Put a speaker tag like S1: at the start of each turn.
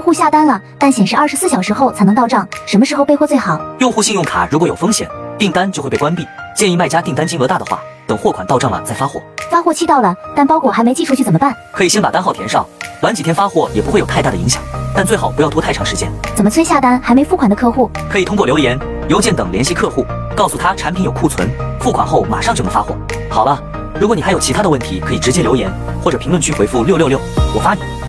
S1: 户下单了，但显示二十四小时后才能到账，什么时候备货最好？
S2: 用户信用卡如果有风险，订单就会被关闭。建议卖家订单金额大的话，等货款到账了再发货。
S1: 发货期到了，但包裹还没寄出去怎么办？
S2: 可以先把单号填上，晚几天发货也不会有太大的影响，但最好不要拖太长时间。
S1: 怎么催下单还没付款的客户？
S2: 可以通过留言、邮件等联系客户，告诉他产品有库存，付款后马上就能发货。好了，如果你还有其他的问题，可以直接留言或者评论区回复六六六，我发你。